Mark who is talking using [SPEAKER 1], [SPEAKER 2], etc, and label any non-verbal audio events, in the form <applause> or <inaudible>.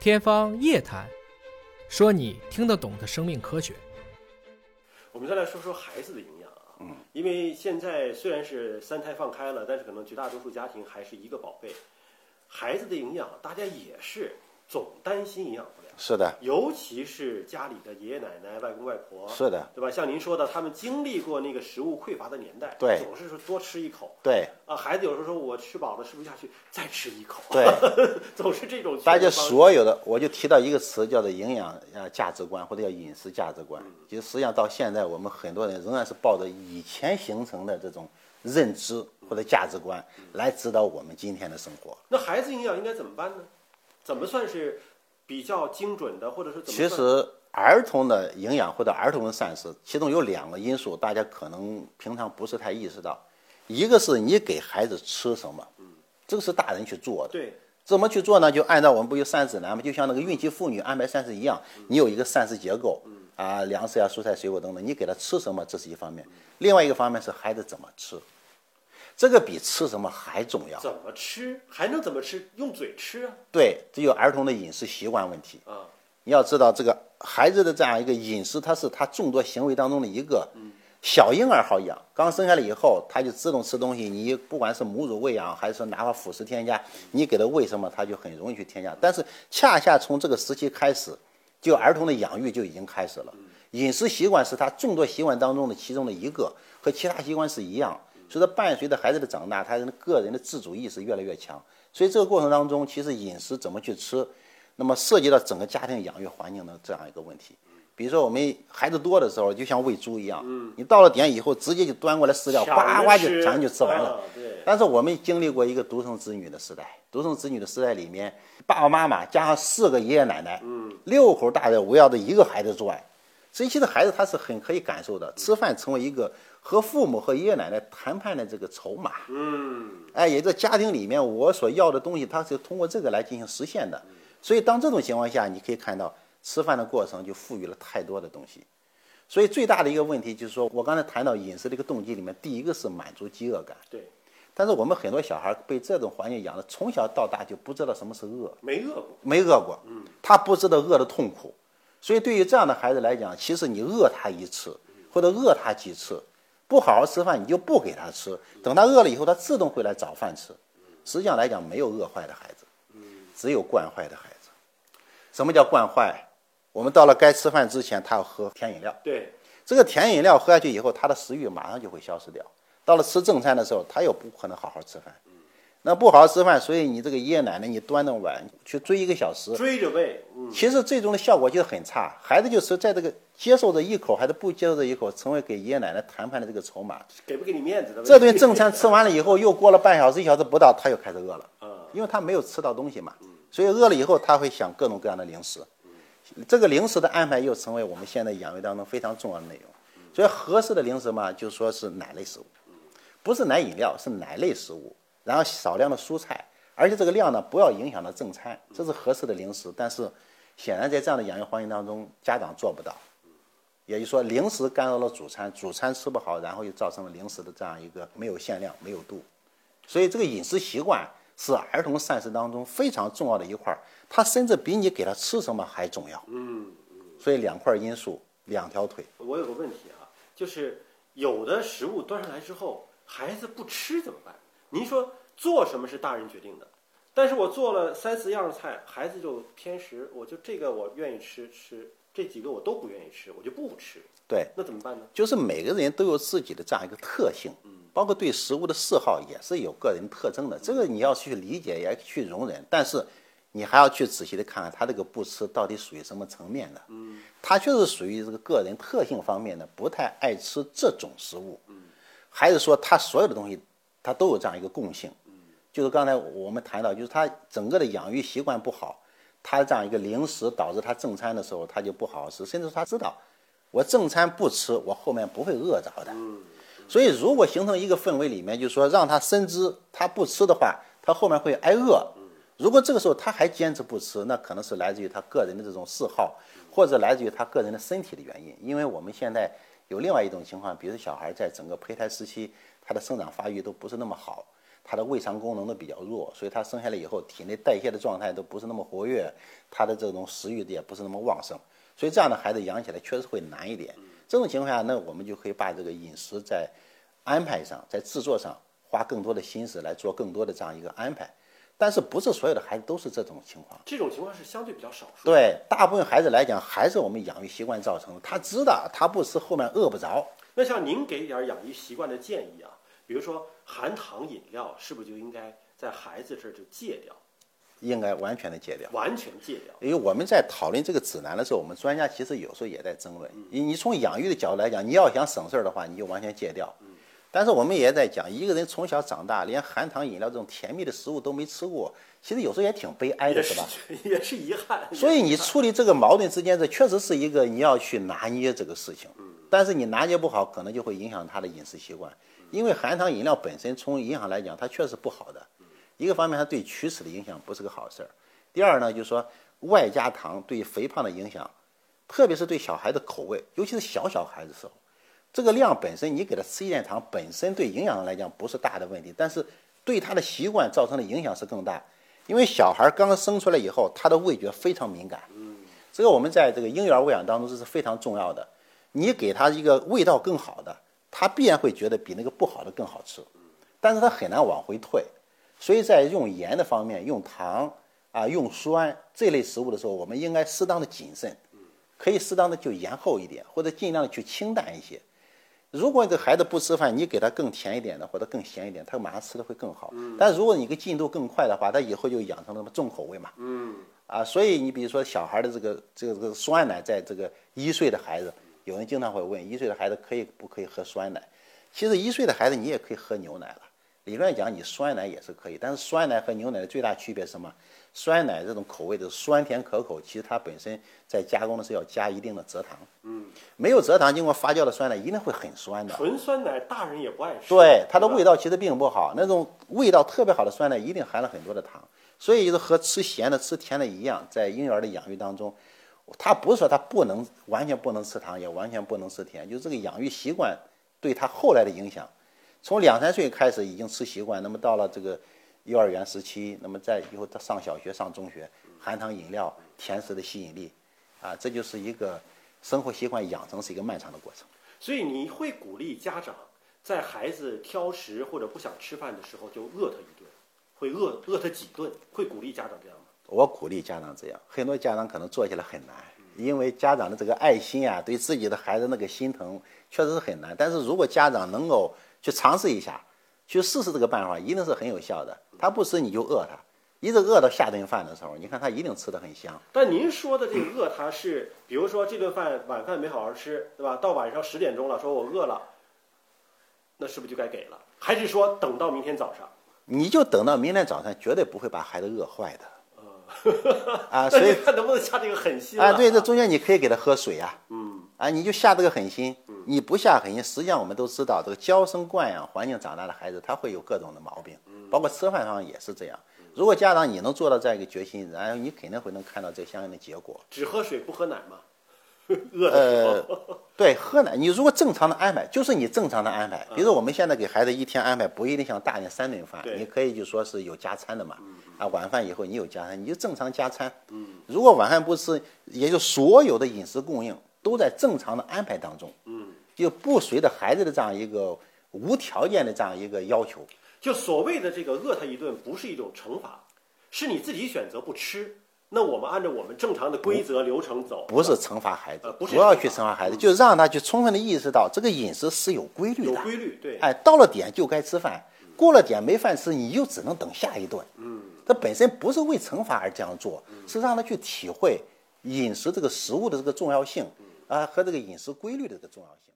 [SPEAKER 1] 天方夜谭，说你听得懂的生命科学。
[SPEAKER 2] 我们再来说说孩子的营养啊，嗯，因为现在虽然是三胎放开了，但是可能绝大多数家庭还是一个宝贝，孩子的营养大家也是总担心营养不良，
[SPEAKER 3] 是的，
[SPEAKER 2] 尤其是家里的爷爷奶奶、外公外婆，
[SPEAKER 3] 是的，
[SPEAKER 2] 对吧？像您说的，他们经历过那个食物匮乏的年代，
[SPEAKER 3] 对
[SPEAKER 2] 总是说多吃一口，
[SPEAKER 3] 对，
[SPEAKER 2] 啊，孩子有时候说我吃饱了吃不下去，再吃一口，
[SPEAKER 3] 对，
[SPEAKER 2] <laughs> 总是这种。
[SPEAKER 3] 大家所有的，我就提到一个词，叫做营养呃价值观，或者叫饮食价值
[SPEAKER 2] 嗯
[SPEAKER 3] 观。其实实际上到现在，我们很多人仍然是抱着以前形成的这种认知
[SPEAKER 2] 嗯
[SPEAKER 3] 或者价值观来指导我们今天的生活。
[SPEAKER 2] 那孩子营养应该怎么办呢？怎么算是比较精准的，或者是怎么
[SPEAKER 3] 其
[SPEAKER 2] 算？
[SPEAKER 3] 实儿童的营养或者儿童的膳食，其中有两个因素，大家可能平常不是太意识到，一个是你给孩子吃什么，这个是大人去做的。
[SPEAKER 2] 嗯对，
[SPEAKER 3] 怎么去做呢？就按照我们不有膳食指南吗？就像那个孕期妇女安排膳食一样，你有一个膳食结构，啊，粮食呀、蔬菜、水果等等，你给他吃什么，这是一方面；另外一个方面是孩子怎么吃，这个比吃什么还重要。
[SPEAKER 2] 怎么吃还能怎么吃？用嘴吃啊！
[SPEAKER 3] 对，这有儿童的饮食习惯问题。
[SPEAKER 2] 啊，
[SPEAKER 3] 你要知道，这个孩子的这样一个饮食，它是他众多行为当中的一个。小婴儿好养，刚生下来以后，他就自动吃东西。你不管是母乳喂养，还是哪怕辅食添加，你给他喂什么，他就很容易去添加。但是恰恰从这个时期开始，就儿童的养育就已经开始了。
[SPEAKER 2] 嗯
[SPEAKER 3] 饮食习惯是他众多习惯当中的其中的一个，和其他习惯是一样。
[SPEAKER 2] 嗯
[SPEAKER 3] 所以说，伴随着孩子的长大，他的个人的自主意识越来越强。所以这个过程当中，其实饮食怎么去吃，那么涉及到整个家庭养育环境的这样一个问题。
[SPEAKER 2] 嗯
[SPEAKER 3] 比如说我们孩子多的时候，就像喂猪一样，你到了点以后，直接就端过来饲料，
[SPEAKER 2] 抢
[SPEAKER 3] 呱
[SPEAKER 2] 嗯着
[SPEAKER 3] 呱就
[SPEAKER 2] 吃
[SPEAKER 3] 咱就吃完了
[SPEAKER 2] 啊。对
[SPEAKER 3] 但是我们经历过一个独生子女的时代，独生子女的时代里面，爸爸妈妈加上四个爷爷奶奶，
[SPEAKER 2] 嗯
[SPEAKER 3] 六口大人围绕着一个孩子转，所以其实孩子他是很可以感受的，吃饭成为一个和父母和爷爷奶奶谈判的这个筹码。
[SPEAKER 2] 嗯，
[SPEAKER 3] 哎，也在家庭里面我所要的东西，它是通过这个来进行实现的。
[SPEAKER 2] 嗯
[SPEAKER 3] 所以当这种情况下，你可以看到吃饭的过程就赋予了太多的东西。所以最大的一个问题就是说，我刚才谈到饮食的一个动机里面，第一个是满足饥饿感，
[SPEAKER 2] 对，
[SPEAKER 3] 但是我们很多小孩被这种环境养的，从小到大就不知道什么是饿。
[SPEAKER 2] 没饿过。
[SPEAKER 3] 没饿过，他不知道饿的痛苦，所以对于这样的孩子来讲，其实你饿他一次或者饿他几次，不好好吃饭，你就不给他吃，等他饿了以后，他自动会来找饭吃。实际上来讲，没有饿坏的孩子，只有惯坏的孩子。什么叫惯坏？我们到了该吃饭之前，他要喝甜饮料。
[SPEAKER 2] 对，
[SPEAKER 3] 这个甜饮料喝下去以后，他的食欲马上就会消失掉。到了吃正餐的时候，他又不可能好好吃饭。那不好好吃饭，所以你这个爷爷奶奶，你端着碗去追一个小时，
[SPEAKER 2] 追着喂，嗯，
[SPEAKER 3] 其实最终的效果就是很差。孩子就是在这个接受这一口还是不接受这一口，成为给爷爷奶奶谈判的这个筹码。
[SPEAKER 2] 给不给你面子的问题？
[SPEAKER 3] 这顿正餐吃完了以后，又过了半小时、一小时不到，他又开始饿了。
[SPEAKER 2] 啊，
[SPEAKER 3] 因为他没有吃到东西嘛，所以饿了以后他会想各种各样的零食。这个零食的安排又成为我们现在养育当中非常重要的内容。所以合适的零食嘛，就说是奶类食物，不是奶饮料，是奶类食物，然后少量的蔬菜，而且这个量呢不要影响到正餐，这是合适的零食。但是显然在这样的养育环境当中，家长做不到。也就是说，零食干扰了主餐，主餐吃不好，然后又造成了零食的这样一个没有限量、没有度。所以这个饮食习惯是儿童膳食当中非常重要的一块儿，它甚至比你给他吃什么还重要。嗯，所以两块因素，两条腿。
[SPEAKER 2] 我有个问题啊，就是有的食物端上来之后，孩子不吃怎么办？您说做什么是大人决定的，但是我做了三四样菜，孩子就偏食，我就这个我愿意吃吃，这几个我都不愿意吃，我就不吃，
[SPEAKER 3] 对，
[SPEAKER 2] 那怎么办呢？
[SPEAKER 3] 就是每个人都有自己的这样一个特性，包括对食物的嗜好也是有个人特征的。这个你要去理解，也去容忍，但是你还要去仔细的看看他这个不吃到底属于什么层面的。嗯，他确实属于这个个人特性方面的，不太爱吃这种食物。嗯，还是说他所有的东西，他都有这样一个共性。就是刚才我们谈到，就是他整个的养育习惯不好，他这样一个零食导致他正餐的时候他就不好好吃，甚至他知道我正餐不吃，我后面不会饿着的。所以如果形成一个氛围里面，就是说让他深知他不吃的话，他后面会挨饿。如果这个时候他还坚持不吃，那可能是来自于他个人的这种嗜好，或者来自于他个人的身体的原因。因为我们现在有另外一种情况，比如小孩在整个胚胎时期，他的生长发育都不是那么好，他的胃肠功能都比较弱，所以他生下来以后，体内代谢的状态都不是那么活跃，他的这种食欲也不是那么旺盛，所以这样的孩子养起来确实会难一点。这种情况下，那我们就可以把这个饮食在安排上，在制作上花更多的心思来做更多的这样一个安排。但是不是所有的孩子都是这种情况？
[SPEAKER 2] 这种情况是相对比较少数。，
[SPEAKER 3] 对大部分孩子来讲，还是我们养育习惯造成的。他知道他不吃，后面饿不着。
[SPEAKER 2] 那像您给点儿养育习惯的建议啊，比如说含糖饮料是不是就应该在孩子这儿就戒掉，
[SPEAKER 3] 应该完全的戒掉。
[SPEAKER 2] 完全戒掉？
[SPEAKER 3] 因为我们在讨论这个指南的时候，我们专家其实有时候也在争论。你你从养育的角度来讲，你要想省事儿的话，你就完全戒掉。但是我们也在讲，一个人从小长大，连含糖饮料这种甜蜜的食物都没吃过，其实有时候也挺悲哀
[SPEAKER 2] 也
[SPEAKER 3] 的，
[SPEAKER 2] 是
[SPEAKER 3] 是吧？
[SPEAKER 2] 也是遗憾。
[SPEAKER 3] 所以你处理这个矛盾之间，这确实是一个你要去拿捏这个事情。但是你拿捏不好，可能就会影响他的饮食习惯，因为含糖饮料本身从营养来讲，它确实不好的。一个方面，它对龋齿的影响不是个好事儿；第二呢，就是说外加糖对肥胖的影响，特别是对小孩的口味，尤其是小小孩子时候，这个量本身你给他吃一点糖，本身对营养来讲不是大的问题，但是对他的习惯造成的影响是更大。因为小孩刚刚生出来以后，他的味觉非常敏感，这个我们在这个婴幼儿喂养当中这是非常重要的。你给他一个味道更好的，他必然会觉得比那个不好的更好吃，但是他很难往回退。所以在用盐的方面，用糖啊、用酸这类食物的时候，我们应该适当的谨慎，可以适当的就延后一点，或者尽量的去清淡一些。如果这孩子不吃饭，你给他更甜一点的或者更咸一点，他马上吃的会更好。但如果你个进度更快的话，他以后就养成了什么重口味嘛。嗯。啊，所以你比如说小孩的这个这个这个酸奶，在这个一岁的孩子，有人经常会问，一岁的孩子可以不可以喝酸奶？其实一岁的孩子你也可以喝牛奶了。理论上讲，你酸奶也是可以，但是酸奶和牛奶的最大区别是什么？酸奶这种口味的酸甜可口，其实它本身在加工的时候要加一定的蔗糖。嗯，没有蔗糖，经过发酵的酸奶一定会很酸的。
[SPEAKER 2] 纯酸奶大人也不爱吃，
[SPEAKER 3] 对，它的
[SPEAKER 2] 吧
[SPEAKER 3] 味道其实并不好。那种味道特别好的酸奶一定含了很多的糖，所以就是和吃咸的、吃甜的一样，在婴幼儿的养育当中，他不是说他不能完全不能吃糖，也完全不能吃甜，就是这个养育习惯对他后来的影响。从两三岁开始已经吃习惯，那么到了这个幼儿园时期，那么在以后他上小学、上中学，含糖饮料、甜食的吸引力，啊，这就是一个生活习惯养成是一个漫长的过程。
[SPEAKER 2] 所以你会鼓励家长在孩子挑食或者不想吃饭的时候就饿他一顿，会饿饿他几顿，会鼓励家长这样吗？
[SPEAKER 3] 我鼓励家长这样，很多家长可能做起来很难，因为家长的这个爱心啊，对自己的孩子那个心疼，确实是很难。但是如果家长能够去尝试一下，去试试这个办法，一定是很有效的。他不吃你就饿他，一直饿到下顿饭的时候，你看他一定吃得很香。
[SPEAKER 2] 但您说的这个饿他是，比如说这顿饭晚饭没好好吃，对吧？到晚上十点钟了，说我饿了，那是不是就该给了？还是说等到明天早上？
[SPEAKER 3] 你就等到明天早上，绝对不会把孩子饿坏的。啊，所
[SPEAKER 2] 那
[SPEAKER 3] 以
[SPEAKER 2] 就看能不能下这个狠心了
[SPEAKER 3] 啊，对，这中间你可以给他喝水啊，嗯，啊，你就下这个狠心，
[SPEAKER 2] 嗯
[SPEAKER 3] 你不下狠心，实际上我们都知道，这个娇生惯养环境长大的孩子，他会有各种的毛病，
[SPEAKER 2] 嗯
[SPEAKER 3] 包括吃饭上也是这样。如果家长你能做到这样一个决心，然后你肯定会能看到这相应的结果。
[SPEAKER 2] 只喝水不喝奶吗？饿的时候
[SPEAKER 3] 呃，对，喝奶，你如果正常的安排，就是你正常的安排。比如说我们现在给孩子一天安排，不一定像大人三顿饭，
[SPEAKER 2] 对嗯
[SPEAKER 3] 你可以就说是有加餐的嘛。啊，晚饭以后你有加餐，你就正常加餐。如果晚饭不吃，也就所有的饮食供应都在正常的安排当中。
[SPEAKER 2] 嗯
[SPEAKER 3] 就不随着孩子的这样一个无条件的这样一个要求。
[SPEAKER 2] 就所谓的这个饿他一顿，不是一种惩罚，是你自己选择不吃。那我们按照我们正常的规则流程走，
[SPEAKER 3] 不是惩罚孩子
[SPEAKER 2] 呃，不是
[SPEAKER 3] 要
[SPEAKER 2] 惩罚
[SPEAKER 3] 去惩罚孩子，就让他去充分的意识到这个饮食是有规律
[SPEAKER 2] 有
[SPEAKER 3] 的。
[SPEAKER 2] 规律，对，
[SPEAKER 3] 哎，到了点就该吃饭，过了点没饭吃，你就只能等下一顿。嗯，这本身不是为惩罚而这样做，是让他去体会饮食这个食物的这个重要性，啊，和这个饮食规律的这个重要性。